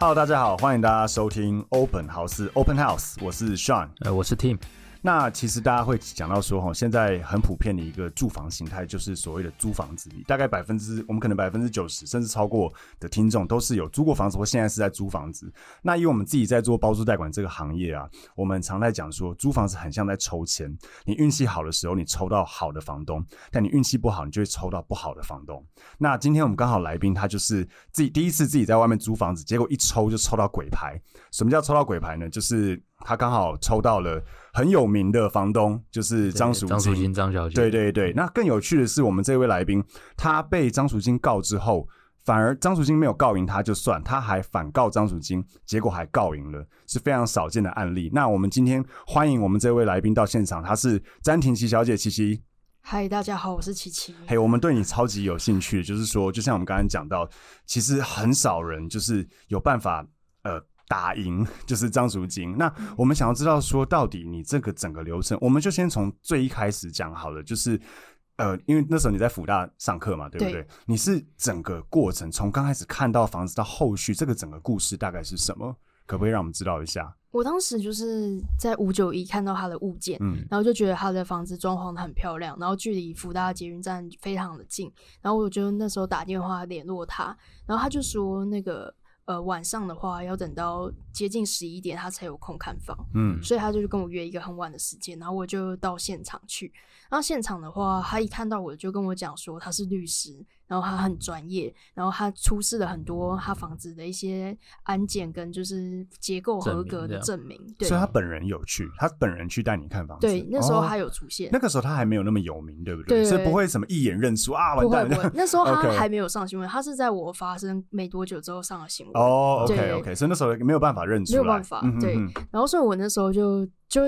Hello，大家好，欢迎大家收听 Open House Open House，我是 Sean。呃，我是 Tim，那其实大家会讲到说，哈，现在很普遍的一个住房形态就是所谓的租房子，大概百分之我们可能百分之九十甚至超过的听众都是有租过房子或现在是在租房子。那因为我们自己在做包租代管这个行业啊，我们常在讲说，租房子很像在抽签，你运气好的时候你抽到好的房东，但你运气不好，你就会抽到不好的房东。那今天我们刚好来宾他就是自己第一次自己在外面租房子，结果一抽就抽到鬼牌。什么叫抽到鬼牌呢？就是他刚好抽到了很有名的房东，就是张淑张淑晶。金张小姐，对对对，那更有趣的是，我们这位来宾他被张淑晶告之后，反而张淑晶没有告赢他就算，他还反告张淑晶，结果还告赢了，是非常少见的案例。那我们今天欢迎我们这位来宾到现场，她是詹婷琪小姐，琪琪。嗨，大家好，我是琪琪。嘿、我们对你超级有兴趣，就是说，就像我们刚刚讲到，其实很少人就是有办法呃打赢，就是张竹金。那我们想要知道说，到底你这个整个流程，我们就先从最一开始讲好了，就是。呃，因为那时候你在辅大上课嘛，对不对？对你是整个过程从刚开始看到房子到后续，这个整个故事大概是什么？可不可以让我们知道一下？我当时就是在五九一看到他的物件，嗯然后就觉得他的房子装潢的很漂亮，然后距离福大捷运站非常的近，然后我就那时候打电话联络他，然后他就说那个呃晚上的话要等到接近十一点他才有空看房，嗯所以他就跟我约一个很晚的时间，然后我就到现场去。然后现场的话，他一看到我就跟我讲说他是律师，然后他很专业，然后他出示了很多他房子的一些安检跟就是结构合格的证明。对所以他本人有去，他本人去带你看房子。对，那时候哦他有出现。那个时候他还没有那么有名，对不对所以不会什么一眼认出啊，完不会蛋不会了，。那时候他 OK 还没有上新闻，他是在我发生没多久之后上了新闻。 哦对，OK 对 OK，所以那时候没有办法认出来，没有办法嗯哼对哼然后所以我那时候就就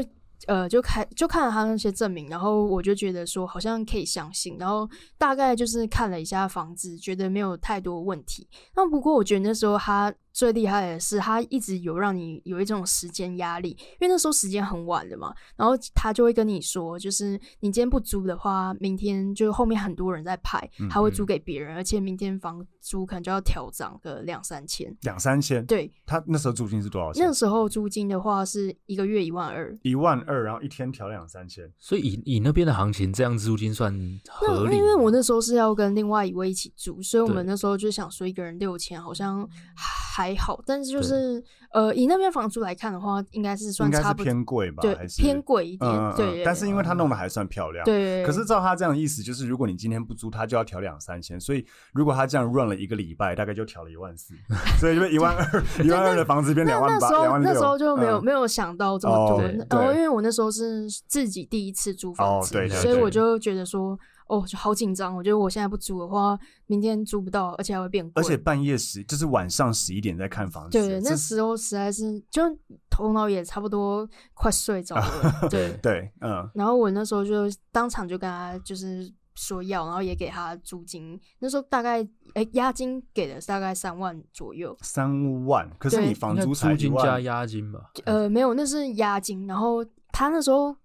呃就看就看了他那些证明，然后我就觉得说好像可以相信，然后大概就是看了一下房子，觉得没有太多问题。那不过我觉得那时候他最厉害的是，他一直有让你有一种时间压力，因为那时候时间很晚了嘛，然后他就会跟你说，就是你今天不租的话，明天就后面很多人在排，他会租给别人，而且明天房租可能就要调涨个两三千。两三千。对，他那时候租金是多少钱那？时候租金的话是一个月一万二，一万二，然后一天调两三千。所以以以那边的行情，这样租金算合那理。因为我那时候是要跟另外一位一起住，所以我对们那时候就想说一个人六千好像还好，但是就是呃，以那边房租来看的话，应该是应算该差是不多，偏贵吧？对还，是偏贵一点，嗯嗯嗯对。但是因为他弄得还算漂亮。。对，可是照他这样的意思，就是如果你今天不租，他就要调两三千。所以如果他这样 run 了一个礼拜，大概就调了一万 四，所以就一万二，一万二的房子变那两那万时八，候两万六。那时候就没有、嗯没有想到这么多，哦那对然后因为我那时候是自己第一次租房哦，子，对，对所以对我就觉得说。哦，就好紧张！我觉得我现在不租的话，明天租不到，而且还会变贵。而且半夜十就是晚上十一点在看房子，对，这那时候实在是就头脑也差不多快睡 着了。对，对，嗯，然后我那时候就当场就跟他就是说要，然后也给他租金。那时候大概哎押金给的是大概三万左右，三万，可是对你房应该租才租金1万加押金吧？呃，没有，那是押金。然后他那时候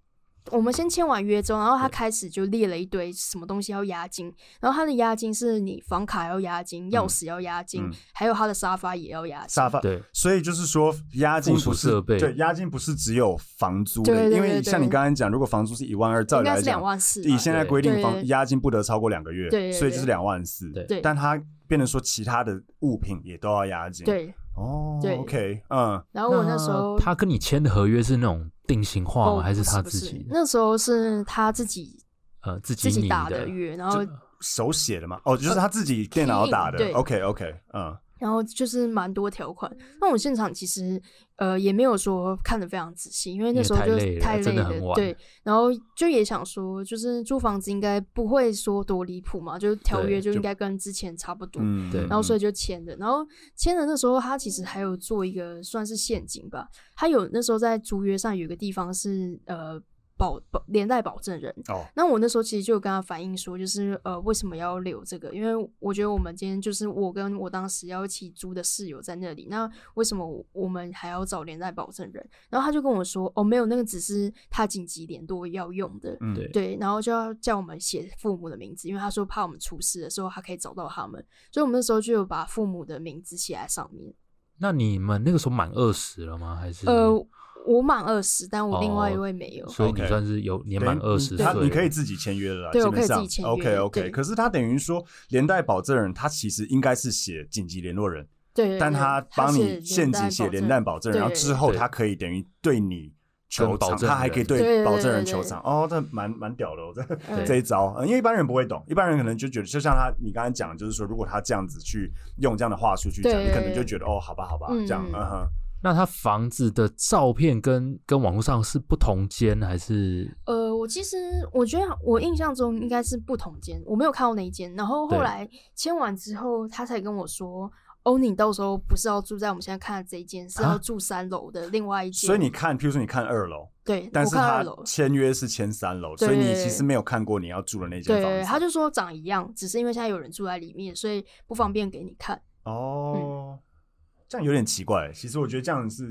我们先签完约之后，然后他开始就列了一堆什么东西要押金，然后他的押金是你房卡要押金，钥匙要押金，嗯还有他的沙发也要押金。沙发，对，所以就是说，押金附不属是设备对，押金不是只有房租的，对对对因为像你对刚刚讲，如果房租是一万二，照应理该来是两讲，万四吧，以现在规定对房对对押金不得超过两个月，对对对所以就是两万四，对对但它变成说其他的物品也都要押金，，对。哦对，OK，嗯，然后我那时候他跟你签的合约是那种定型化哦吗？还不他不自己的？那时候是他自己呃，自己自己拟打的约，然后手写的嘛，哦，就是他自己电脑打的呃对，OK OK，嗯，然然后就是蛮多条款。那我现场其实呃也没有说看得非常仔细，因为那时候就因为太太累了累真的了，很晚对。然后就也想说，就是租房子应该不会说多离谱嘛，就是条约对就就应该跟之前差不多。嗯，对然后所以以就签了，然后签了那时候他其实还有做一个算是陷阱吧，他有那时候在租约上有一个地方是呃保保连带保证人，哦，那我那时候其实就有跟他反映说，就是呃为什么要留这个？因为我觉得我们今天就是我跟我当时要一起租的室友在那里，那为什么我我们还要找连带保证人？然后他就跟我说，哦没有，那个只是他紧急联络要用的，嗯对对，然后就要叫我们写父母的名字，因为他说怕我们出事的时候，他可以找到他们，所以我们那时候就有把父母的名字写在上面。那你们那个时候满二十了吗？还是呃，我满二十，但我另外一哦位没有。所以你 OK 算是有年满等于二十他岁，你可以自己签约了啦，对基我可以本上自己签约 OK 对 OK，可是他等于说连带保证人，他其实应该是写紧急联络人，对对但对他帮写你陷带阱写保连证带保证人，然后对之后对他可以等于对你求跟保偿，证他还可以人对对对保对证人对求对偿。哦，这蛮蛮屌的，我这 嗯这一招、呃因为一般人不会懂，一般人可能就觉得，就像他你刚才讲，就是说如果他这样子去用这样的话术去讲，对你可能就觉得哦，好吧，好吧，嗯这样，嗯嗯哼，那他房子的照片跟跟网络上是不同间还是？呃，我其实我觉得我印象中应该是不同间，我没有看到那一间。然后后对来签完之后，他才跟我说：“哦，你到时候不是要住在我们现在看的这一间，是要啊住三楼的另外一间。”所以你看，譬如说你看二楼，对，但我是看二他楼，签约是签三楼，对所以你其实没有看过你要住的那间房对，子，他就说长一样，只是因为现在有人住在里面，所以不方便给你看。哦。这样有点奇怪，其实我觉得这样是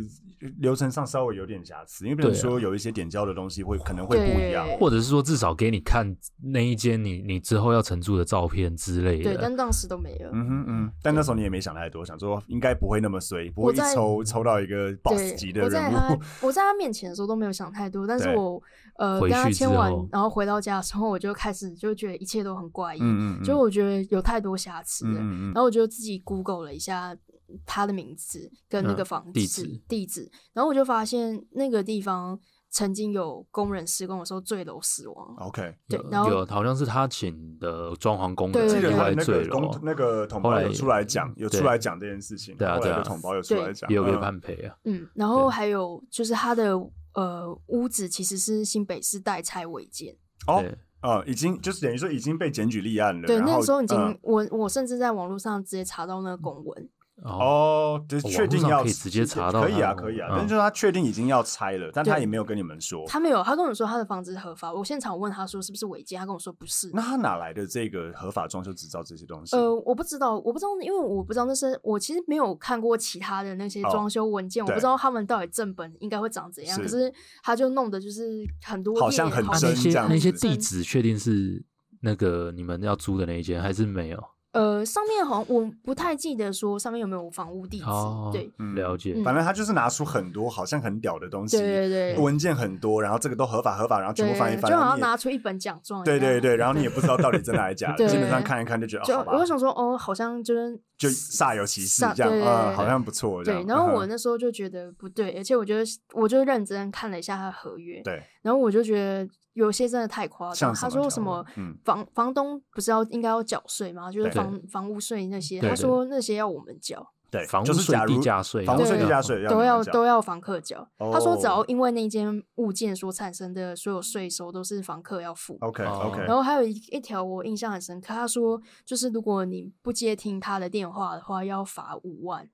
流程上稍微有点瑕疵，因为比如对啊说有一些点交的东西会可能会不一样，对或者是说，至少给你看那一间你你之后要承租的照片之类对，的。但当时都没有。嗯哼嗯，但那时候你也没想太多，想说应该不会那么衰，不我会一在抽抽到一个 boss 级对，的我在人他物。我在他面前的时候都没有想太多，但是对我呃回跟他去签之完后，然后回到家的时候，我就开始就觉得一切都很怪异， 嗯嗯，就嗯我觉得有太多瑕疵了。嗯嗯然后我就自己 Google 了一下他的名字跟那嗯个房子、地址地址，然后我就发现那个地方曾经有工人施工的时候坠楼死亡。 OK，对哦有，然后有好像是他请的装潢工对记人得对他来那个坠楼公啊，那个同后胞来有出来讲，有对出来讲这件事情，对啊后来对的啊同胞有出来讲，也有被嗯判赔啊。嗯，然后对还有就是他的呃屋子其实是新北市代拆违建，哦对，啊，已经就是等于说已经被检举立案了，对，然那后个时候已经、嗯我我甚至在网络上直接查到那个公文，哦，哦，就是哦确定网络上要可以直接查到可以啊他可以啊，嗯但是就是他确定已经要拆了，但他对也没有跟你们说，他没有，他跟我说他的房子是合法，我现场问他说是不是违建，他跟我说不是。那他哪来的这个合法装修执照这些东西？呃，我不知道，我不知道，因为我不知道那是我其实没有看过其他的那些哦装修文件，我对不知道他们到底正本应该会长怎样。是可是他就弄的就是很多好页像很啊深那些这样那些子地址确定是那个你们要租的那一间还是没有？呃，上面好像我不太记得说上面有没有房屋地址，哦，对，嗯了解。嗯反正他就是拿出很多好像很屌的东西，对对对文件很多，然后这个都合法合法，然后全部翻一对，翻，就然后好像你也拿出一本奖状一样，对对对，然后你也不知道到底真的还是假的， 对基本上看一看就觉得就哦好我就吧，想说，哦，好像就是就煞有其事煞这样，对对嗯，对好像不错这样。对。然后我嗯那时候就觉得不对，而且我觉得我就认真看了一下他的合约，对然后我就觉得有些真的太夸像张。什他么说条什么文嗯房、房东不是要应该要缴税吗？就是对房房屋税那些，对他对说那些要我们缴，对，房屋就是税假、如地价税啊房屋税、对地价税都要要都要房客缴。他说只哦要因为那间物件所产生的所有税收都是房客要付。 OK 哦 OK，然后还有一一条我印象很深刻，他说就是如果你不接听他的电话的话，要罚五 万。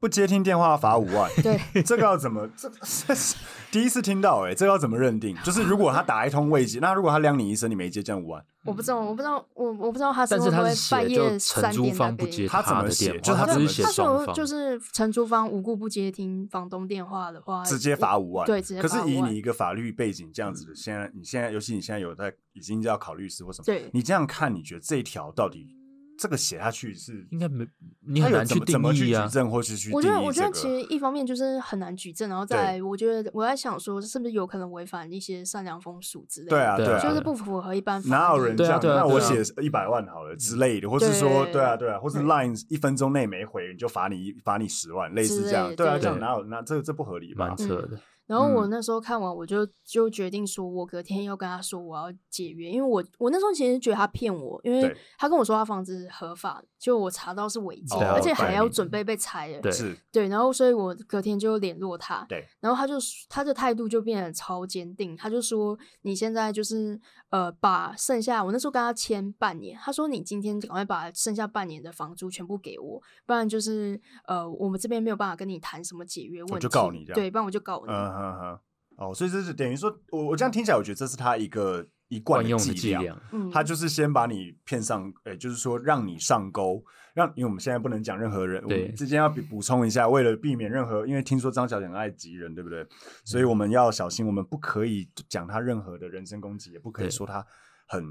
不接听电话罚五万，对，这个要怎么这第一次听到哎、欸，这个要怎么认定？就是如果他打一通未接，那如果他量你一声你没接，这样五万，我不知道，我不知道，我我不知道他但会是不他会是写半夜就三承点租打方不给 接你他怎么的写电就话，他对怎只么是写啊他双说方，就是承租方无故不接听房东电话的话，直接我。罚五万。对直接可是罚以5万你一个法律背景这样子的，现在你现在，尤其你现在有在已经要考律师或什么，对你这样看，你觉得这一条到底这个写下去是应该没你它很有难怎去么定怎么义去啊举。证或是去我觉得，我觉得定义其这个实一方面就是很难举证，然后再来，我觉得我在想说，是不是有可能违反一些善良风俗之类的？对啊对啊就是不符合一般法律。哪有人这样？对啊对啊那我对啊写一百万好了之类的，或是说对对啊对啊，或是对 Line 一分钟内没回你就罚你罚你十万，类似这之类样。对啊，对这样对哪有那这这不合理吧蛮？扯的，然后我啊嗯那时候看完，我就就决定说，我隔天要跟他说我要解约，因为我我那时候其实觉得他骗我，因为对他跟我说他房子合法，就我查到是违建，对啊而且我还带要你准备被拆了。对是对，然后所以我隔天就联络他，对，然后他就说他的态度就变得超坚定，他就说你现在就是呃把剩下我那时候跟他签半年，他说你今天赶快把剩下半年的房租全部给我，不然就是呃我们这边没有办法跟你谈什么解约问题，哦就告你这样对，不然我就告你。嗯哼哼，哦，所以这是等于说，我我这样听起来，我觉得这是他一个一贯惯用的伎伎俩。俩，嗯，他就是先把你骗上，呃，就是说让你上钩，让因为我们现在不能讲任何人，我对们之间要比补充一下，为了避免任何，因为听说张小姐很爱吉人，对不对？所以嗯我们要小心，我们不可以讲他任何的人身攻击，也不可以对说他很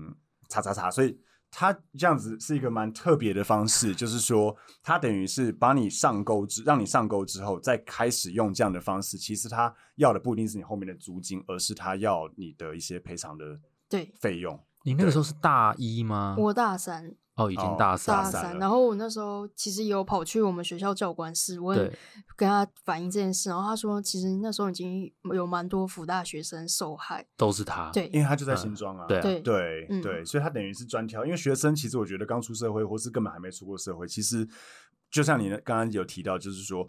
叉叉叉，所以他这样子是一个蛮特别的方式，就是说他等于是把你上钩之，让你上钩之后，再开始用这样的方式。其实他要的不一定是你后面的租金，而是他要你的一些赔偿的对费用。你那个时候是大一吗？我大三，哦，已哦经大大三嗯三三，了然后我那时候其实也有跑去我们学校教官室，我也对跟他反映这件事，然后他说其实那时候已经有蛮多福大学生受害，都是他。对，因为他就在新庄啊，对啊对对、嗯对，所以他等于是专挑，因为学生其实我觉得刚出社会，或是根本还没出过社会，其实就像你刚刚有提到，就是说，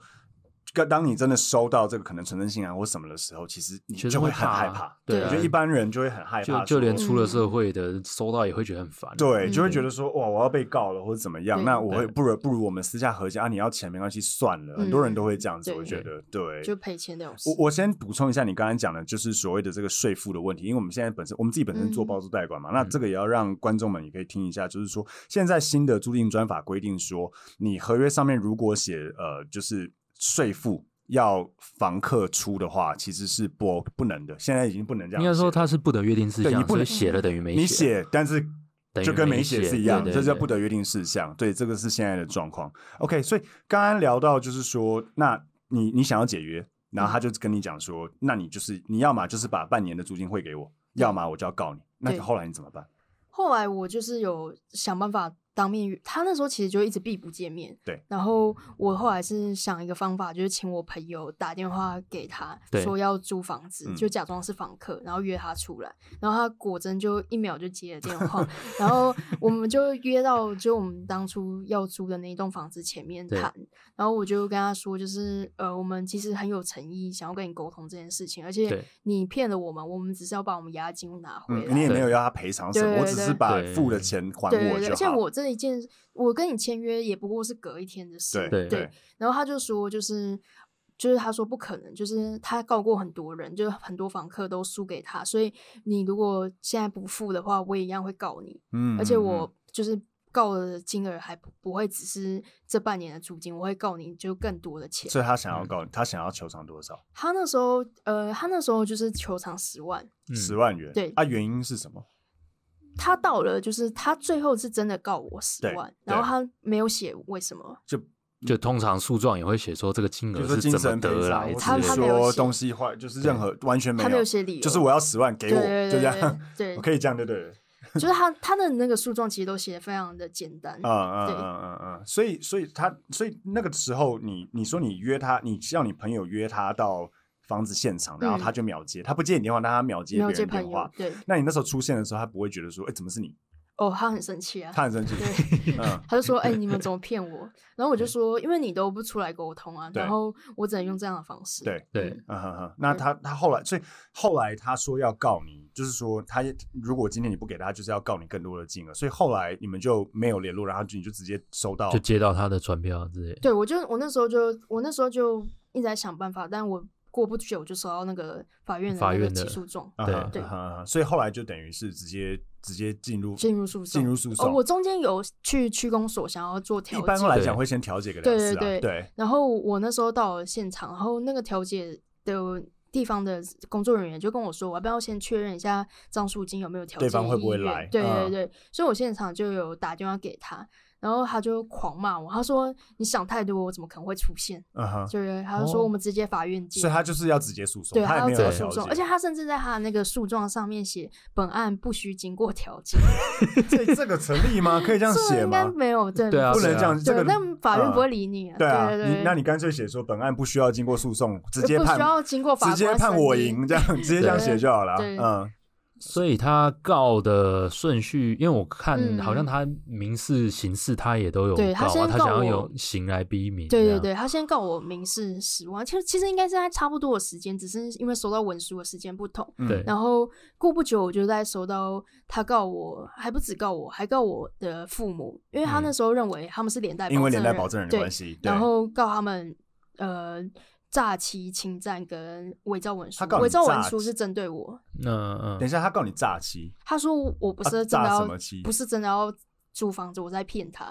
刚当你真的收到这个可能纯真信函或什么的时候，其实你其实就会会很怕害啊怕。对啊我觉得一般人就会很害怕就说，就连出了嗯社会的收到也会觉得很烦。对，就会嗯觉得说哇，我要被告了或者怎么样，对那我会对不如不如我们私下和解啊，你要钱没关系，算了，很多人都会这样子，嗯我觉得对，就赔钱了事。我我先补充一下，你刚才讲的就是所谓的这个税负的问题，因为我们现在本身我们自己本身做嗯包租代管嘛，那这个也要让观众们也可以听一下，就是说现在新的租赁专法规定说，你合约上面如果写呃就是税负要房客出的话，其实是不不能的，现在已经不能这样应写了。该说他是不得约定事对你项，不所以能写了等于没你写，但是等于就跟没没写写是一样，对这对叫对不得约定事项。对，这个是现在的状况。OK，所以刚刚聊到就是说，那你你想要解约，然嗯后他就跟你讲说，那你就是你要么就是把半年的租金汇给我，要么我就要告你。那对后来你怎么办？后来我就是有想办法当面约他，那时候其实就一直避不见面。对。然后我后来是想一个方法，就是请我朋友打电话给他，对说要租房子嗯，就假装是房客，然后约他出来。然后他果真就一秒就接了电话，然后我们就约到就我们当初要租的那一栋房子前面对谈。然后我就跟他说，就是呃，我们其实很有诚意，想要跟你沟通这件事情，而且对你骗了我们，我们只是要把我们押金拿回嗯，来。你也没啊对有要他赔偿什么，对我只是对把对付的钱还对我对对，就而且好。我这一件，我跟你签约也不过是隔一天的事。对对对然后他就说，就是就是他说不可能，就是他告过很多人，就是很多房客都输给他，所以你如果现在不付的话，我也一样会告你，嗯而且嗯我就是。告的金额还不不会只是这半年的租金，我会告你就更多的钱嗯。所以他想要告你，他想要求偿多少？他那时候，呃，他那时候就是求偿十万，嗯十万元。对啊，原因是什么？他到了就是他最后是真的告我十对万，对然后他没有写为什么，就就通常诉状也会写说这个金比如额说嗯是精怎么神赔得偿，来或之他类者他是没的。有说写东西坏，就是任何完全没他没有写理由，就是我要十万给我，对对就这样，对，哦我可以这样，对不对？以，就是他他的那个诉状其实都写的非常的简单，嗯嗯对嗯嗯嗯，所以所以他所以那个时候你你说你约他，你叫你朋友约他到房子现场，然后嗯他就秒接，他不接你电话，但他秒接没别有人接电朋友话，。对，那你那时候出现的时候，他不会觉得说，哎，怎么是你？哦，他很生气啊，他很生气。对 嗯，他 就说，哎，你们怎么骗我？然后我就说，因为你都不出来沟通啊，对然后我只能用这样的方式，对对，嗯哼哼，那他他后来，所以后来他说要告你，就是说他如果今天你不给他，就是要告你更多的金额。所以后来你们就没有联络，然后就你就直接收到就接到他的传票之类的。对我就我那时候就我那时候就一直在想办法，但我过不久就收到那个法院的法那个院的起诉状，啊对哈对啊哈啊哈所以后来就等于是直接直接进入进入诉讼，进入诉哦，讼。我中间有去区公所想要做调一解，般来讲对会先调解个两次啊，对对对然后我那时候到了现场，然后那个调解的地方的工作人员就跟我说，我要不要先确认一下张树金有没有调解对方会不会意愿来对对嗯对，所以我现场就有打电话给他。然后他就狂骂我，他说你想太多，我怎么可能会出现？嗯哼，就是他就说哦我们直接法院见。所以他就是要直接诉讼，对，也他没要有走要诉了讼，解而且 他甚至在他的那个诉状上面写本案不需经过调解，这这个成立吗？可以这样这写应该吗？没有对对啊不能这样，这对个，那法院嗯不会理你啊。对啊，对你那你干脆写说本案不需要经过诉讼，直接不判需要经过法直官接判审我理赢，这样 直接这样写就好了啊。对嗯，所以他告的顺序，因为我看嗯好像他民事、刑事他也都有对告他啊，先他告想要我用刑来逼民。对这对样，对，他先告我民事十万，其实其实应该是在差不多的时间，只是因为收到文书的时间不同。嗯对然后过不久，我就在收到他告我，还不止告我，还告我的父母，因为他那时候认为他们是连带嗯因为证连带人保证人的对关系，对然后告他们呃诈欺、侵占跟伪造文书他告。你伪造文诈书欺是针对我，那嗯等一下他告你诈欺，他说我不他是真啊诈的什要么，欺？不是真的要租房子，我在骗他。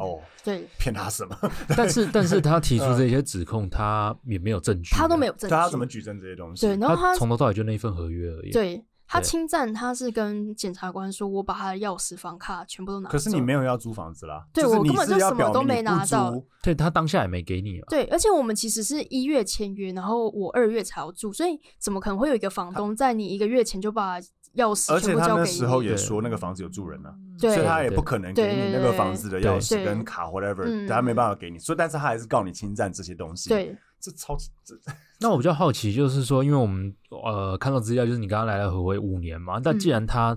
哦，对骗他什么？但 是但是他提出这些指控，他也没有证据啊，他都没有证对据，他怎么举证这些东西？对，然后他从头到尾就那一份合约而已。，对他对侵占，他是跟检察官说，我把他的钥匙、房卡全部都拿走。可是你没有要租房子啦，对就是我你根本是就要什么表都明没你不拿到租对他当下也没给你嘛。对，而且我们其实是一月签约，然后我二月才要住，所以怎么可能会有一个房东在你一个月前就把钥匙而全且部他交给那你？时候也对说那个房子有住人啊，对所以他也不可能给你那个房子的钥匙对跟卡 whatever，嗯他没办法给你，所以但是他还是告你侵占这些东西。，对这超这那我比较好奇，就是说，因为我们呃看到资料，就是你刚刚来了何为五年嘛，嗯但既然他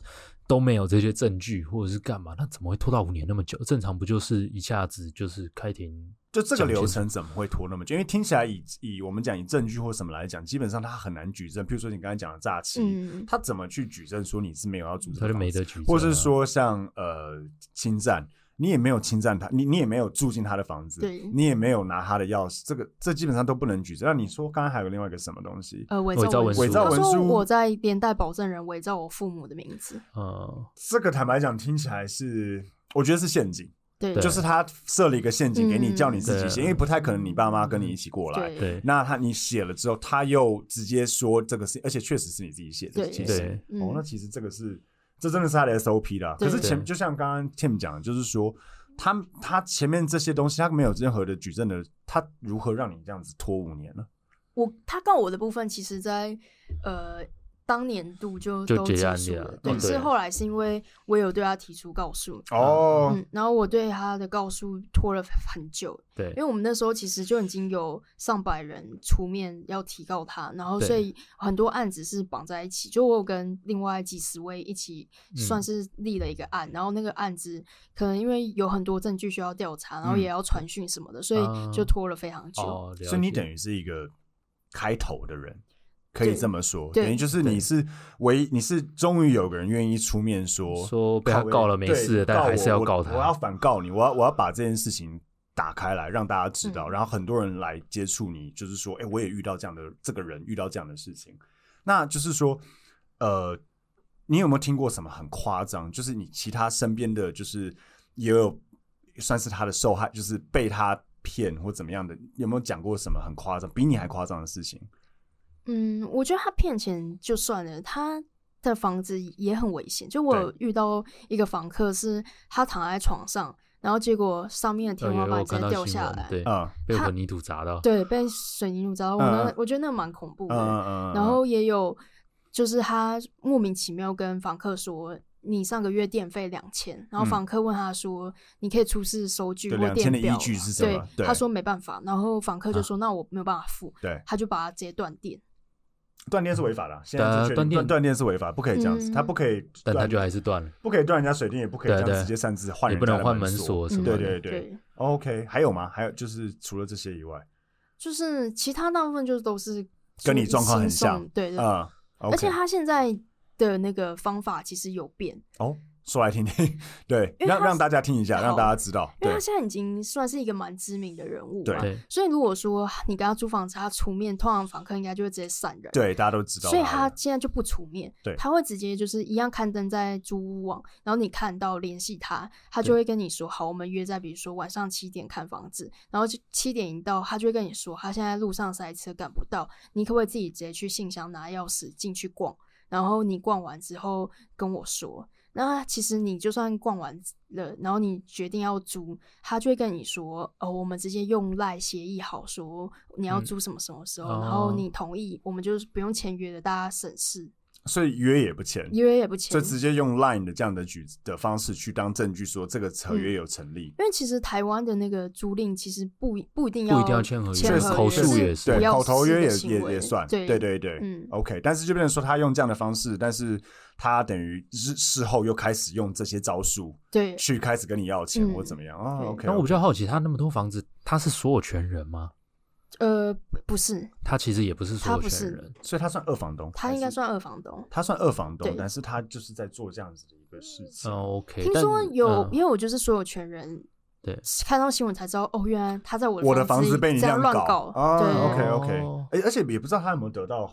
都没有这些证据或者是干嘛，那怎么会拖到五年那么久？正常不就是一下子就是开庭？就这个讲清楚流程怎么会拖那么久？因为听起来以以我们讲以证据或什么来讲，基本上他很难举证。譬如说你刚才讲的诈欺，嗯，他怎么去举证说你是没有要住这他个就没房子，得举证啊，或是说像呃侵占，你也没有侵占他，你你也没有住进他的房子对，你也没有拿他的钥匙，这个这基本上都不能举证。那你说刚才还有另外一个什么东西？呃，伪伪造造文文书伪造他文说书我在连带保证人伪造我父母的名字，呃，这个坦白讲听起来是，我觉得是陷阱。对，对就是他设了一个陷阱给你，嗯叫你自己写，对因为不太可能你爸妈跟你一起过来。对对那他你写了之后，他又直接说这个是，而且确实是你自己写的。对其实对，哦，那嗯，其实这个是这真的是他的 SOP 啦。可对是前对就像刚刚 Tim 讲的，就是说他他前面这些东西，他没有任何的举证的，他如何让你这样子拖五年呢？我他告我的部分，其实在呃。当年度就就都结结案束了了，嗯对，对是后来是因为我有对他提出告诉，哦，嗯，然后我对他的告诉拖了很久，对因为我们那时候其实就已经有上百人出面要提告他，然后对所以很多案子是绑在一起。就我有跟另外几十位一起嗯算是立了一个案，然后那个案子可能因为有很多证据需要调查，然后也要传讯什么的，所嗯啊以就拖了非常久。哦，了所以你解等于是一个开头的人，可以对这么说，对等于就是你是唯一，你是终于有个人愿意出面说说被他靠告了没对事了但告还是要我告我他我要反告你，我要我要把这件事情。打开来让大家知道，嗯然后很多人来接触你，就是说，哎、我也遇到这样的这个人，遇到这样的事情，那就是说，呃，你有没有听过什么很夸张？就是你其他身边的，就是也有算是他的受害，就是被他骗或怎么样的，有没有讲过什么很夸张，比你还夸张的事情？嗯，我觉得他骗钱就算了，他的房子也很危险。就我有遇到一个房客，是他躺在床上，然后结果上面的呃天花有我板直看接到掉新下闻来，对，嗯被他混凝土砸到，对，被水泥堵着。我那、嗯我觉得那蛮恐怖嗯的。嗯嗯，然后也有就是他莫名其妙跟房客说。你上个月电费两千，然后嗯房客问他说：“你可以出示收据对或两电千的依表吗？”据是什对么？，对，他说没办法，然后房客就啊说：“那我没有办法付。”对他就把他直接断电。断电是违法的，现在呃是确定断电断断电是违法，不可以这样子，嗯他不可以但他断，就还是断了，不可以断人家水电，也不可以对这样对直接擅自换也人不家的能换门门锁。锁嗯什么对对的。对 OK，还有吗？还有就是除了这些以外，就是其他大部分就是都是跟你状况很新送像对对。啊，OK，而且他现在的那个方法其实有变，哦，说来听听， 对，因为让他让大家听一下，好让大家知道，因为对他，现在已经算是一个蛮知名的人物对嘛。对所以如果说你跟他租房子，他出面，通常房客应该就会直接闪人。对，大家都知道了，所以他现在就不出面，对他会直接就是一样刊登在租屋网，然后你看到联系他，他就会跟你说好，我们约在比如说晚上七点看房子，然后就七点一到，他就会跟你说他现在路上塞车赶不到，你可不可以自己直接去信箱拿钥匙进去逛，然后你逛完之后跟我说。那其实你就算逛完了，然后你决定要租，他就会跟你说，哦，我们直接用赖协议好说你要嗯租什么什么时候，哦然后你同意，我们就是不用签约的，大家省事，所以约也不签，约也不签就。直接用 Line 的这样的举的方式去当证据，说这个合约有成立。因为其实台湾的那个租赁其实不不一定不要一定要签合约签确实合口约述也是是不对，要口头私的约也行也为也算，对对对对嗯 OK，但是就变成说他用这样的方式，但是他等于事事后又开始用这些招数对去开始跟你要钱嗯或怎么样啊对？OK，然后我比较好奇，他那么多房子，他是所有权人吗？呃不是，他其实也不是所他有不权是人，所以他算二房东，他还应该是算二房东。他算二房东对，但是他就是在做这样子的一个事情。嗯，OK 听但。说有，嗯因为我就是所有权人，对，看到新闻才知道，哦，原来他在我我的的房子子被你这样乱乱搞，啊对，OK OK，哦而而且也不知道他有没有得到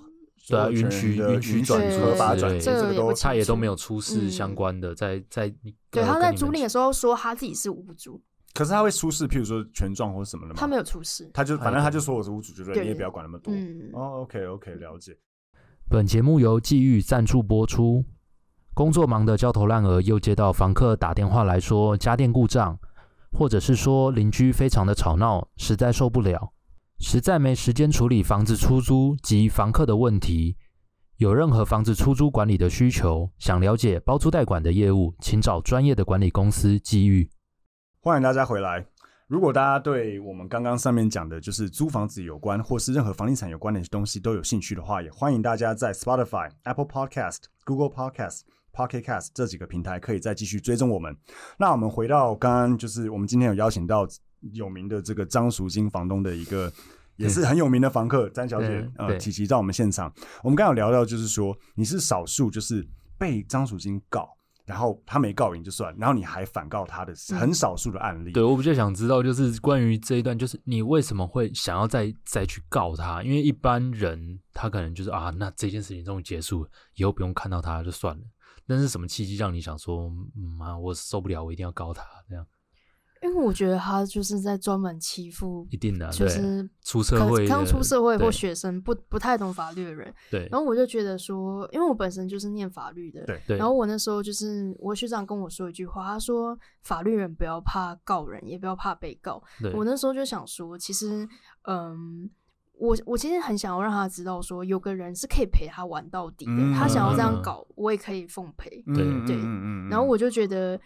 对啊，所有权允许人的允许允转对租合法之转类租，这这个个也都不清他也都没楚有出示相嗯关的，在在你对，呃他跟在你租们赁的时候说他自己是无主，可是他会出示，譬如说权状或什么的吗？他没有出事。他就他反正也他不就说我是屋主，就对，对你也不要管那么多。嗯，哦，OK OK，了解。本节目由际遇赞助播出。工作忙得焦头烂额，又接到房客打电话来说家电故障，或者是说邻居非常的吵闹，实在受不了，实在没时间处理房子出租及房客的问题。有任何房子出租管理的需求，想了解包租代管的业务，请找专业的管理公司际遇。欢迎大家回来。如果大家对我们刚刚上面讲的，就是租房子有关，或是任何房地产有关的东西都有兴趣的话，也欢迎大家在 Spotify、Apple Podcast、Google Podcast、Pocket Cast 这几个平台可以再继续追踪我们。那我们回到刚刚，就是我们今天有邀请到有名的这个张淑金房东的一个，也是很有名的房客詹小姐对，呃，对琪琪到我们现场。我们刚刚有聊到，就是说你是少数，就是被张淑金告。然后他没告赢就算，然后你还反告他的嗯很少数的案例。对，我比较想知道，就是关于这一段，就是你为什么会想要再再去告他？因为一般人他可能就是啊，那这件事情终于结束了，以后不用看到他就算了。但是什么契机让你想说，嗯啊，我受不了，我一定要告他？这样因为我觉得他就是在专门欺负，一定的啊，就对，是出社可会能的，刚出社会或对学生不不太懂法律的人。对然后我就觉得说，因为我本身就是念法律的，对对，然后我那时候就是我学长跟我说一句话，他说法律人不要怕告人，也不要怕被告。对我那时候就想说，其实，嗯，我我其实很想要让他知道说有个人是可以陪他玩到底的，嗯他想要嗯这嗯嗯样搞，我也可以奉陪。嗯对嗯对嗯然后我就觉得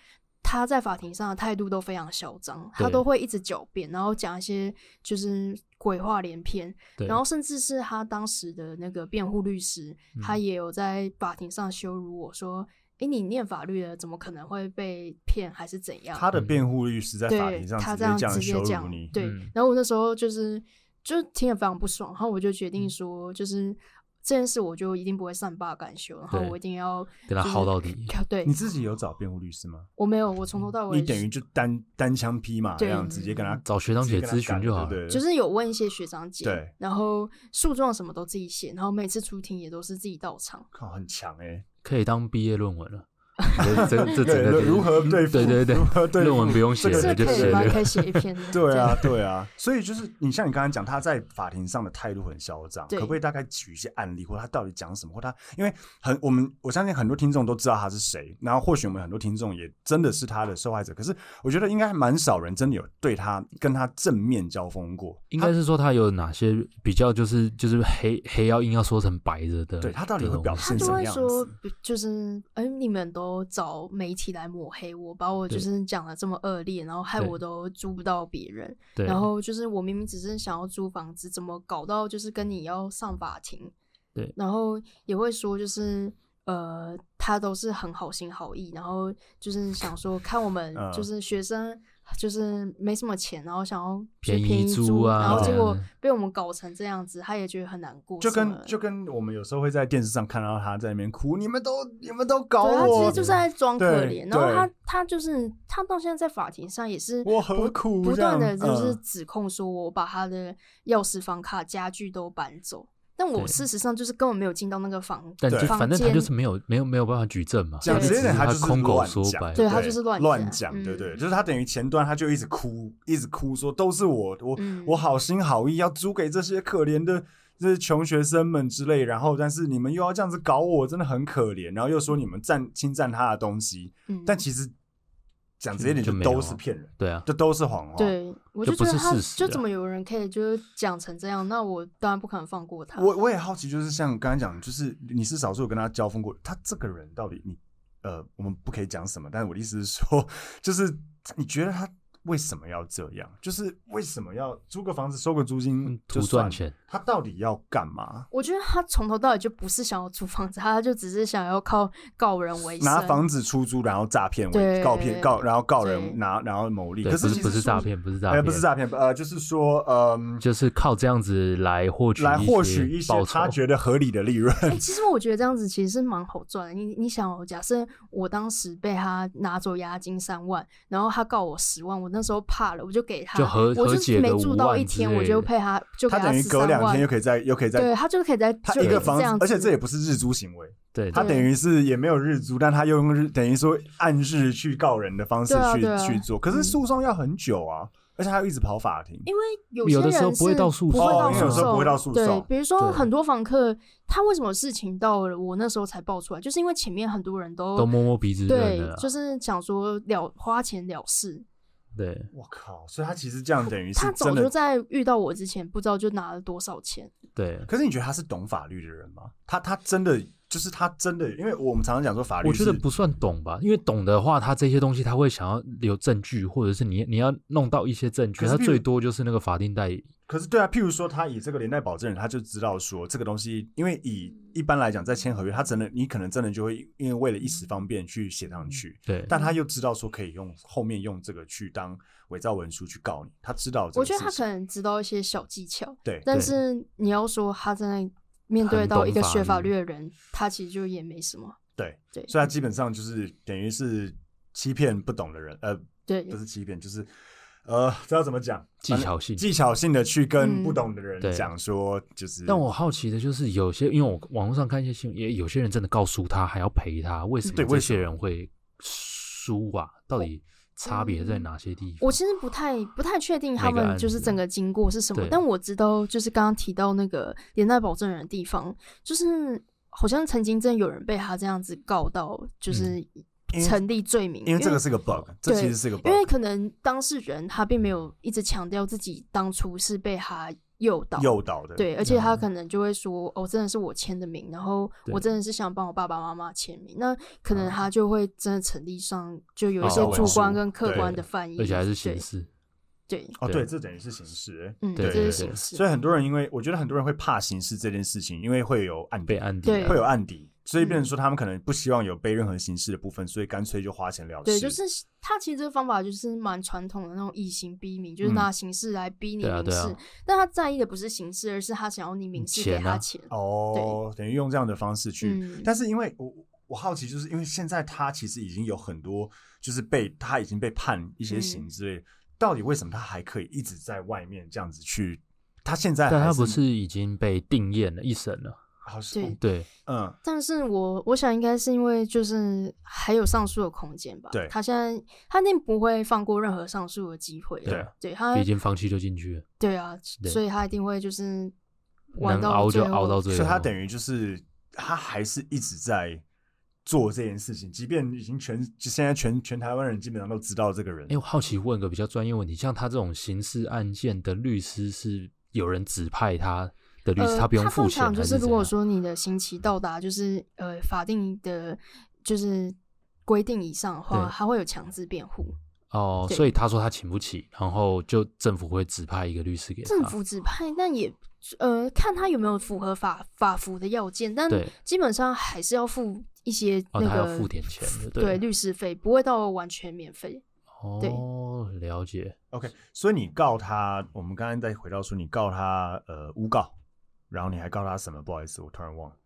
他在法庭上的态度都非常嚣张，他对都会一直狡辩，然后讲一些就是鬼话连篇，对然后甚至是他当时的那个辩护律师，嗯他也有在法庭上羞辱我说：“诶，你念法律的，怎么可能会被骗，还是怎样他的辩护律师？”在法对庭上他直这接样直接羞辱讲你，，对嗯。然后我那时候就是就听得非常不爽，然后我就决嗯定说，就是这件事我就一定不会善罢甘休，然后对我一定要跟他就是耗到底。对你自己有找辩护律师吗？我没有，我从头到尾你等于就单单枪匹马这对样直接跟他找学长姐咨询就好了对，就是有问一些学长姐，对然后诉状什么都自己写，然后每次出庭也都是自己到场。靠很强哎，可以当毕业论文 了。这这这整对个如何对付对对对如何对付论文不用写这个。了，是就写可以吗？这个可以写一篇 的对啊，对啊，所以就是你像你刚刚讲，他在法庭上的态度很嚣张，对可不可以大概举一些案例，或他到底讲什么，或他因为很我们我相信很多听众都知道他是谁，然后或许我们很多听众也真的是他的受害者，可是我觉得应该蛮少人真的有对他跟他正面交锋过，应该是说他有哪些比较就是就是黑黑要硬要说成白着的，对他到底会的表东西现他就什么会样说子？，就是哎、你们都找媒体来抹黑我，把我对就是讲的这么恶劣，然后害对我都租不到别人，对，然后就是我明明只是想要租房子，怎么搞到就是跟你要上法庭？对然后也会说就是呃，他都是很好心好意，然后就是想说看我们嗯就是学生就是没什么钱，然后想要去便宜便宜租租啊然后结果嗯被我们搞成这样子，他也觉得很难过什就么的，跟就跟我们有时候会在电视上看到他在那边哭，你们都你们都搞对他啊其我实，就是在装可对怜，然后对他他就是他到现在在法庭上也是我何不苦不这断的样就是嗯指控说我把他的钥匙、房卡、家具都搬走，但我对事实上就是根本没有进到那个房但就对反正他房间就是没有没有没有办法举证嘛，讲对直接点，他就是空口乱说讲白，对他就是乱乱讲讲，嗯对不对？就是他等于前端他就一直哭，一直哭说都是我，我、嗯我好心好意要租给这些可怜的就是穷学生们之类，然后但是你们又要这样子搞我，真的很可怜，然后又说你们占侵占他的东西，嗯，但其实讲直接点，就就没有啊都是骗人，对啊，这都是谎话。，对我就就不觉得是他事实就啊怎么有人可以就是讲成这样，那我当然不可能放过他。我我也好奇，就是像刚才讲，就是你是少数有跟他交锋过，他这个人到底你呃，我们不可以讲什么，但是我的意思是说，就是你觉得他为什么要这样？就是为什么要租个房子收个租金嗯就图算了赚钱？他到底要干嘛？我觉得他从头到尾就不是想要租房子，他就只是想要靠告人为生。拿房子出租，然后诈骗为啊对告骗告，然后告对人拿，然后牟利。对，可不其是实不是说诈，骗，不是诈呃，骗，不是诈骗，呃，就是说，嗯，就是靠这样子来获取来获取一一些些报他酬。觉得合理的利润。哎、其实我觉得这样子其实是蛮好赚的。你你想哦，假设我当时被他拿走押金三万，然后他告我十万，我那时候怕了，我就给他，就和我和就解是个没住到5一万之天，我类就的配他，就给他他等于13隔两万天又可以再又可以再对他就可以在他就一个这房样子，而且子这也不是日租行为，对，他对等于是也没有日租，但他又用日等于说按日去告人的方式对啊去、对啊去做，可是诉讼要很久啊，而且他要一直跑法庭。因为有有些的时候人不会是到诉不会讼到哦诉有时候不会到诉对讼，比如说对很多房客，他为什么事情到了我那时候才爆出来，就是因为前面很多人都都摸摸鼻子认啊对的啦，，就是想说了花钱了事，对，我靠！所以他其实这样等于是他真早就的。在遇到我之前，不知道就拿了多少钱。对，可是你觉得他是懂法律的人吗？他他真的就是他真的，因为我们常常讲说法律我是，觉得不算懂吧，因为懂的话，他这些东西他会想要留证据，或者是你你要弄到一些证据，可是他譬如最多就是那个法定代理。可是对啊，譬如说他以这个连带保证人，他就知道说这个东西，因为以一般来讲在签合约，他真的你可能真的就会因为为了一时方便去写嗯上去，对，但他又知道说可以用后面用这个去当伪造文书去告你，他知道这我个事觉情。得他可能知道一些小技巧，对，但是你要说他真的面对很到懂一个法学法律律的人，他其实就也没什么。对对所以他基本上就是等于是欺骗不懂的人，呃，对，不是欺骗，就是呃，知道怎么讲，技巧性反正技巧性的去跟嗯不懂的人对讲说，就是但我好奇的就是，有些因为我网络上看一些新闻，也有些人真的告诉他还要赔他，为什么嗯对这为什些么人会输啊？到底差别在哪些地方？嗯我其实不太不太确定他每个们案就是子整个经过是什么对，但我知道就是刚刚提到那个连带保证人的地方，就是好像曾经真有人被他这样子告到，就是嗯因为成立罪名，因为这个是个 bug，这对其实是个 bug，因为可能当事人他并没有一直强调自己当初是被他诱导。诱导的，对，而且他可能就会说：“哦，真的是我签的名，然后对我真的是想帮我爸爸妈妈签名。”那可能嗯他就会真的成立上就有哦一些主观跟客对观的翻译，而且还是刑对事，对，哦，对对，这等于是刑事，欸嗯，对这对是对形式。所以很多人因为我觉得很多人会怕刑事这件事情，因为会有案底被，案底对会啊有案底，所以变成说他们可能不希望有被任何刑事的部分，所以干脆就花钱了事。对，就是他其实这个方法就是蛮传统的那种以刑逼民，就是嗯拿刑事来逼你对啊民对啊事，但他在意的不是刑事，而是他想要你民事给钱啊他钱。哦，等于用这样的方式去。嗯但是因为我我好奇，就是因为现在他其实已经有很多，就是被他已经被判一些刑之嗯类的，到底为什么他还可以一直在外面这样子去？他现在但还他不是是已经被定验了一审了？好像对对，嗯，但是我我想应该是因为就是还有上诉的空间吧。对他现在他一定不会放过任何上诉的机会的。对啊对，他毕竟放弃就进去了，对啊，对所以他一定会就是玩能到熬就最后熬到最所以后。他等于就是他还是一直在。做这件事情，即便已经全现在全全台湾人基本上都知道这个人哎、，我好奇问个比较专业问题，像他这种刑事案件的律师是有人指派他的律师，呃，不用付通钱还常就是是怎如果样说你的刑期到达就是呃法定的，就是规定以上的话对，他会有强制辩护。哦，对所以他说他请不起，然后就政府会指派一个律师给他。政府指派，但也呃看他有没有符合法法服的要件，但对基本上还是要付一些哦那个、他要付点钱就对了律师费不会到完全免费。对哦，了解， OK，所以你告他，我们刚刚再回到说，你告他呃诬告，然后你还告他什么？不好意思，我突然忘了。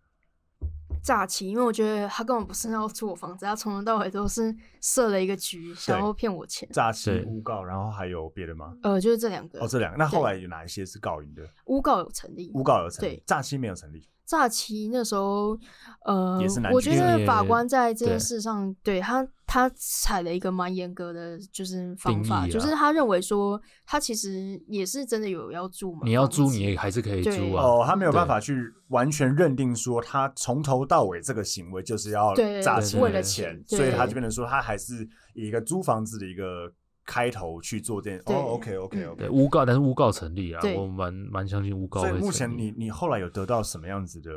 诈欺，因为我觉得他根本不是要租我房子，他从头到尾都是设了一个局，想要骗我钱。诈欺对诬告，然后还有别的吗？呃，就是这两个哦，，这两个。那后来有哪一些是告赢的？诬告有成立，诬告有成立对，诈欺没有成立。诈欺那时候，呃也是难，我举觉例得也法官在这对件事上，对他他采了一个蛮严格的就是方法，定义啊就是他认为说他其实也是真的有要住嘛，你要租，房子你也还是可以租对啊。哦，他没有办法去完全认定说他从头到尾这个行为就是要对诈对欺为你的了钱钱，对所以他就变成说他还是以一个租房子的一个开头去做这件。哦对，OK OK 嗯 OK。对，诬告，但是诬告成立啊，对我蛮蛮相信诬告所会以成立。目前你你后来有得到什么样子的，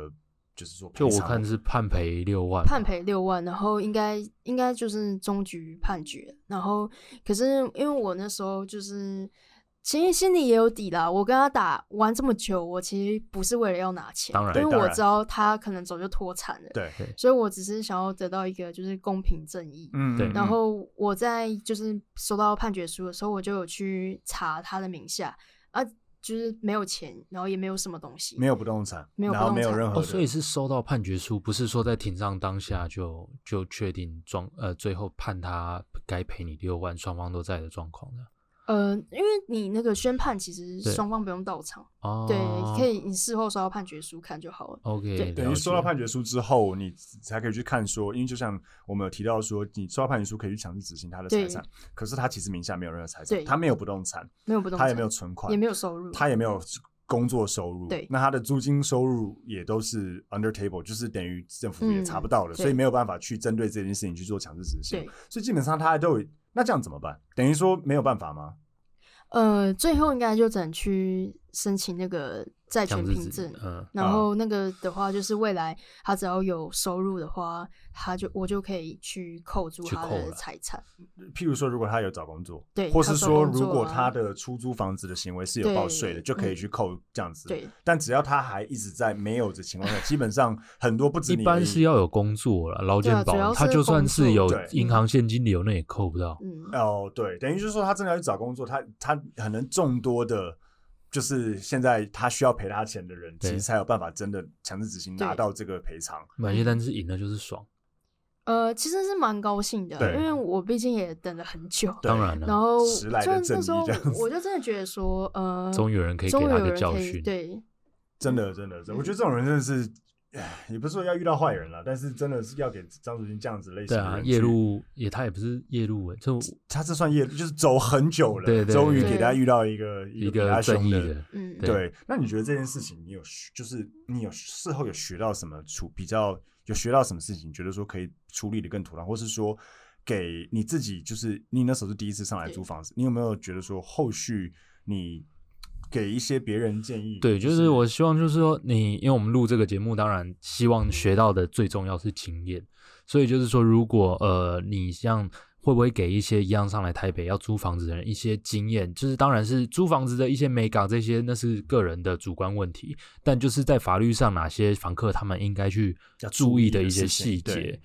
就是说就赔我偿看是判赔六万，判赔六万，然后应该应该就是终局判决。然后可是因为我那时候就是其实心里也有底啦，我跟他打玩这么久，我其实不是为了要拿钱，当然因对为当我然知道他可能早就脱产了，对，所以我只是想要得到一个就是公平正义。嗯对然后我在就是收到判决书的时候，我就有去查他的名下啊，就是没有钱，然后也没有什么东西，没有不动产，没有不然后动没有产任何哦，的，所以是收到判决书，不是说在庭上当下就就确定状呃，最后判他该赔你六万，双方都在的状况的。呃，因为你那个宣判其实对双方不用到场。哦，对，可。以你事后收到判决书看就好了。 OK，对等了于解收到判决书之后，你才可以去看说，因为就像我们有提到说，你收到判决书可以去强制执行他的财产，可是他其实名下没有任何财产，对他没有不动产，没有不动产，他也没有存款，也没有收入他也没有工作收入，对那他的租金收入也都是 under table，就是等于政府也查不到了，嗯所以没有办法去针对这件事情去做强制执行对，，所以基本上他都有，那这样怎么办？等于说没有办法吗？呃，最后应该就只能去申请那个债强权制凭执证。嗯，然啊后那个的话，就是未来他只要有收入的话，他就我就可以去扣住去他扣的了财产。譬如说，如果他有找工作，对或是说他找工作如啊果他的出租房子的行为是有报税的，对嗯就可以去扣这样子。对，但只要他还一直在没有的情况下，基本上很多不止一你般是要有工作了，劳对啊健主保，要他是就算工作是有对银行现金流，那也扣不到。嗯，哦，对，等于就是说他真的要去找工作，他他可能众多的。就是现在，他需要赔他钱的人，其对实才有办法真的强制执行对拿到这个赔偿。嗯买些单是赢了就是爽，呃，其实是蛮高兴的，对因为我毕竟也等了很 久。对当然然了，后迟就来的正那时候义这样子，我就真的觉得说，呃，终于有人可以给终于他有个人教可以训。对，真的，真的，真的嗯我觉得这种人真的是，唉也不是说要遇到坏人了，但是真的是要给张竹君这样子类型对的啊，人去夜路也他也不是夜路欸，就他这算业，就是走很久了，对对对终于对给大家遇到一个一比他个正凶义的。的。嗯，对对，那你觉得这件事情，你有学就是你有事后有学到什么处比较有学到什么事情，觉得说可以处理的更妥当，或是说给你自己，就是你那时候是第一次上来对租房子，你有没有觉得说后续你给一些别人建议？对，就是我希望就是说你，因为我们录这个节目，当然希望学到的最重要是经验，所以就是说，如果呃你像。会不会给一些一样上来台北要租房子的人一些经验？就是当然是租房子的一些美感这些，那是个人的主观问题。但就是在法律上，哪些房客他们应该去要注注意意的的一些事情细对节？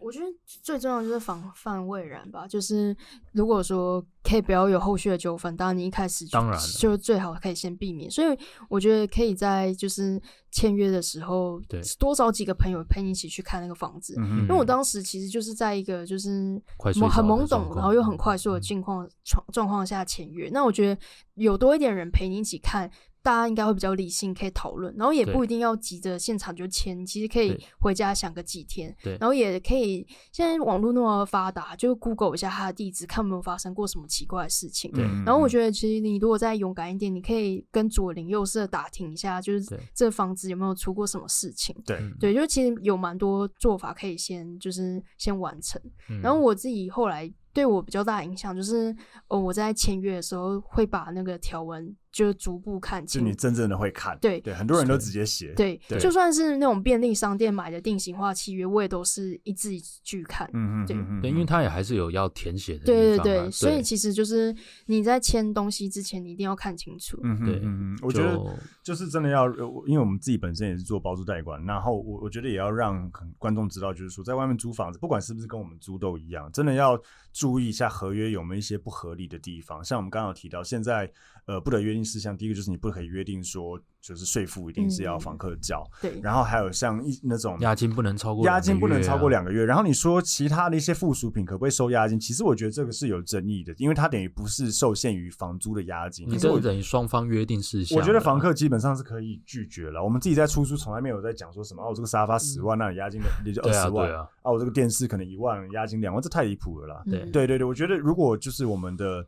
我觉得最重要的就是防范未然吧，就是如果说可以不要有后续的纠纷，当然你一开始就当然了就最好可以先避免。所以我觉得可以在就是签约的时候，对多找几个朋友陪你一起去看那个房子。嗯哼，因为我当时其实就是在一个就是快我睡很着的懵状懂，况然后又很快速嗯的境况状状况下签约。那我觉得有多一点人陪你一起看，大家应该会比较理性，可以讨论，然后也对不一定要急着现场就签，其实可以对回家想个几天，对然后也可以现在网络那么发达，就 Google 一下他的地址，看有没有发生过什么奇怪的事嗯情。对然后我觉得，其实你如果再勇敢一点，你可以跟左邻右舍打听一下，就是对这房子有没有出过什么事情。对嗯对，就其实有蛮多做法可以先就是先完成。嗯然后我自己后来对我比较大的影响就是，呃，我在签约的时候会把那个条文就是逐步看就清你。真正的会看，对对，很多人都直接写，对，对就算是那种便利商店买的定型化契约，我也都是一字一句看。嗯嗯，对嗯嗯对，因为他也还是有要填写的对地对方啊对，所以其实就是你在签东西之前，你一定要看清楚。嗯哼对嗯哼，我觉得就就是真的要，呃我因为我们自己本身也是做包租代管，然后我我觉得也要让可能观众知道，就是说在外面租房子，不管是不是跟我们租都一样，真的要注意一下合约有没有一些不合理的地方。像我们刚刚有提到，现在呃不得约定定事项，第一个就是你不可以约定说，就是税负一定是要房客缴，对，然后还有像一那种押金不能超过押金不能超过两两啊个月。然后你说其他的一些附属品可不可以收押金？其实我觉得这个是有争议的，因为它等于不是受限于房租的押金。个月啊，你可是这我等于双方约定事项。我觉得房客基本上是可以拒绝了。我们自己在出租从来没有在讲说什么哦，我这个沙发十万，那你押金也就二嗯对啊十万对啊，我这个电视可能一万，押金两万，这太离谱了啦。对嗯对对对，我觉得如果就是我们的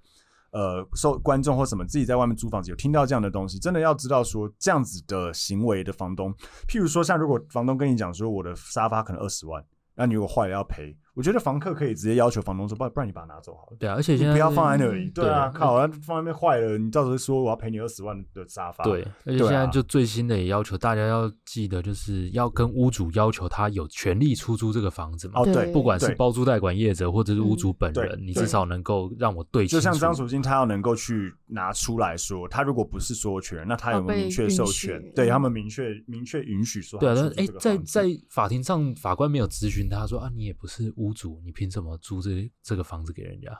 呃受观众或什么自己在外面租房子有听到这样的东西，真的要知道说这样子的行为的房东，譬如说像如果房东跟你讲说我的沙发可能二十万，那你如果坏了要赔，我觉得房客可以直接要求房东说，不然不然你把它拿走好了。对啊，而且你现在不要放在那里，对啊，对靠，那放在那边坏了，你到时候说我要赔你二十万的沙发，对，而且对啊现在就最新的也要求大家要记得，就是要跟屋主要求他有权利出租这个房子嘛。哦，对对，不管是对包租代管业者或者是屋主本人，嗯你对至少能够让我对清就像楚张楚金，他要能够去拿出来说，他如果不是所有权人，那他有要没有哦被明确允授许嗯权？对他们明确明确允许说对啊，他但出哎租这，个房在子在法庭上，法官没有咨询他说啊，你也不是屋主，你凭什么租这这个房子给人家？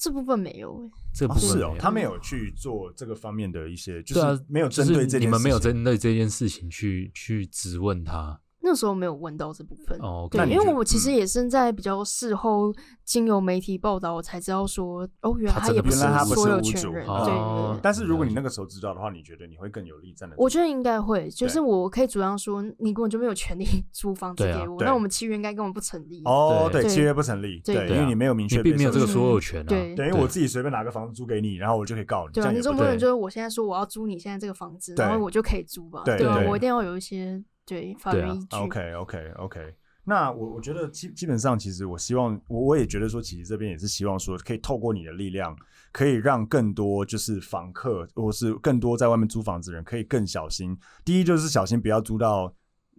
这部分没有欸，这部哦分是没哦有，他没有去做这个方面的一些，就对啊是，没有就针是对这件事情，你们没有针对这件事情去去质问他那时候没有问到这部分。哦。对那，你因为觉嗯我其实也是在比较事后经由媒体报道，我才知道说，哦，原来他他真的也不是是原来他不是所有屋主权人，哦对对对。但是如果你那个时候知道的话，你觉得你会更有力站得住？我觉得应该会，就是对我可以主张说，你根本就没有权利 租房子对啊给我，对那我们契约应该根本不成立。哦，对对，对契约不成立，对对，对啊因为你没有明你确，并没有这个说所有权啊。对等于对我自己随便拿个房租给你，然后我就可以告你，这对啊，样你也不总对不能就是我现在说我要租你现在这个房子，对然后我就可以租吧？对对啊对，我一定要有一些对法律对啊依据。 OK OK OK，那我我觉得基基本上，其实我希望，我我也觉得说，其实这边也是希望说，可以透过你的力量，可以让更多就是房客，或是更多在外面租房子的人，可以更小心。第一就是小心不要租到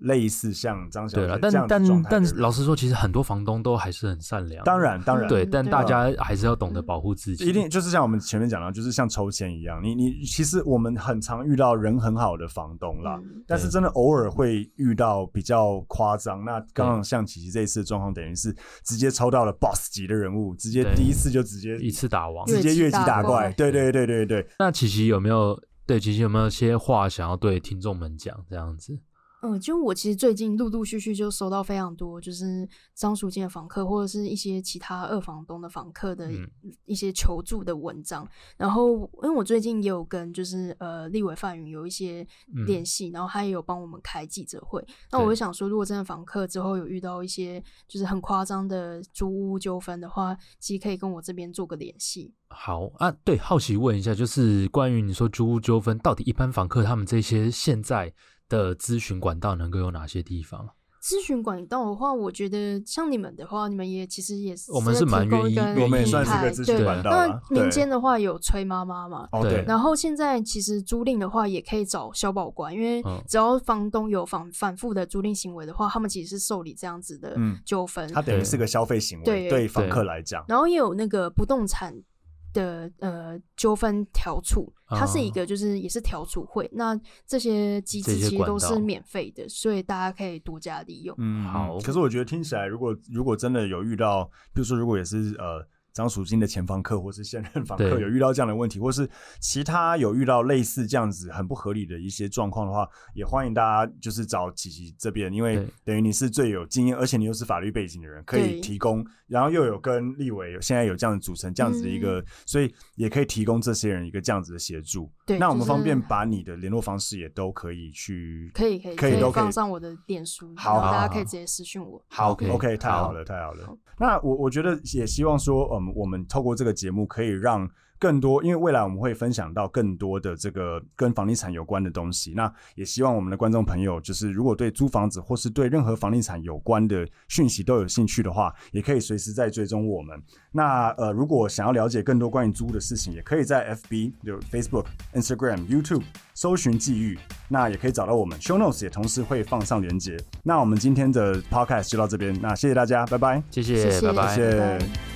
类似像张小对姐了，这样但子状但态的但人老实说，其实很多房东都还是很善良的。当然当然对，嗯但对大啊家还是要懂得保护自己。一定就是像我们前面讲到，就是像抽签一样，你你其实我们很常遇到人很好的房东啦，嗯但是真的偶尔会遇到比较夸张。那刚刚像琪琪这一次的状况，等于是直接抽到了 boss 级的人物，直接对第一次就直接一次打王。直接越级打怪。越级打怪对对对对对，那琪琪有没有对琪琪有没有些话想要对听众们讲？这样子，嗯，就我其实最近陆陆续续就收到非常多，就是张淑静的房客或者是一些其他二房东的房客的嗯一些求助的文章。然后，因为我最近也有跟就是呃立委范云有一些嗯联系，然后他也有帮我们开记者会。那对我就想说，如果真的房客之后有遇到一些就是很夸张的租屋纠纷的话，其实可以跟我这边做个联系。好啊，对，好奇问一下，就是关于你说租屋纠纷，到底一般房客他们这些现在的咨询管道能够有哪些地方？咨询管道的话，我觉得像你们的话，你们也其实也是我们在是提蛮愿供一意个愿意我们也算是平台个资讯对管道那啦。民间对的话有崔妈妈嘛，哦对对，然后现在其实租赁的话也可以找消保官，因为嗯只要房东有反反复的租赁行为的话，他们其实是受理这样子的嗯纠纷。它等于是个消费行为，对对房客来讲，然后也有那个不动产的呃纠纷调处，它是一个就是也是调处会，那这些机制这些其实都管是道免费的，所以大家可以多加利用。嗯好可是我觉得听起来，如果如果真的有遇到，比如说如果也是呃张属金的前房客或是现任房客对有遇到这样的问题，或是其他有遇到类似这样子很不合理的一些状况的话，也欢迎大家就是找琪琪这边，因为对等于你是最有经验，而且你又是法律背景的人，可以对提供，然后又有跟立委有现在有这样的组成这样子的一嗯个，所以也可以提供这些人一个这样子的协助。对那我们就是方便把你的联络方式也都可以去。可以可以可以都可以放上我的脸书，好然后好大家好可以直接私讯我。好 OK， ，OK，太好好了，太好了。那我我觉得也希望说，嗯，我们透过这个节目可以让更多，因为未来我们会分享到更多的这个跟房地产有关的东西。那也希望我们的观众朋友，就是如果对租房子或是对任何房地产有关的讯息都有兴趣的话，也可以随时在追踪我们。那呃，如果想要了解更多关于租的事情，也可以在 FB、有 Facebook、Instagram、YouTube 搜寻“际遇”，那也可以找到我们。Show Notes 也同时会放上连接。那我们今天的 Podcast 就到这边，那谢谢大家，拜拜。谢谢谢，拜拜。谢拜拜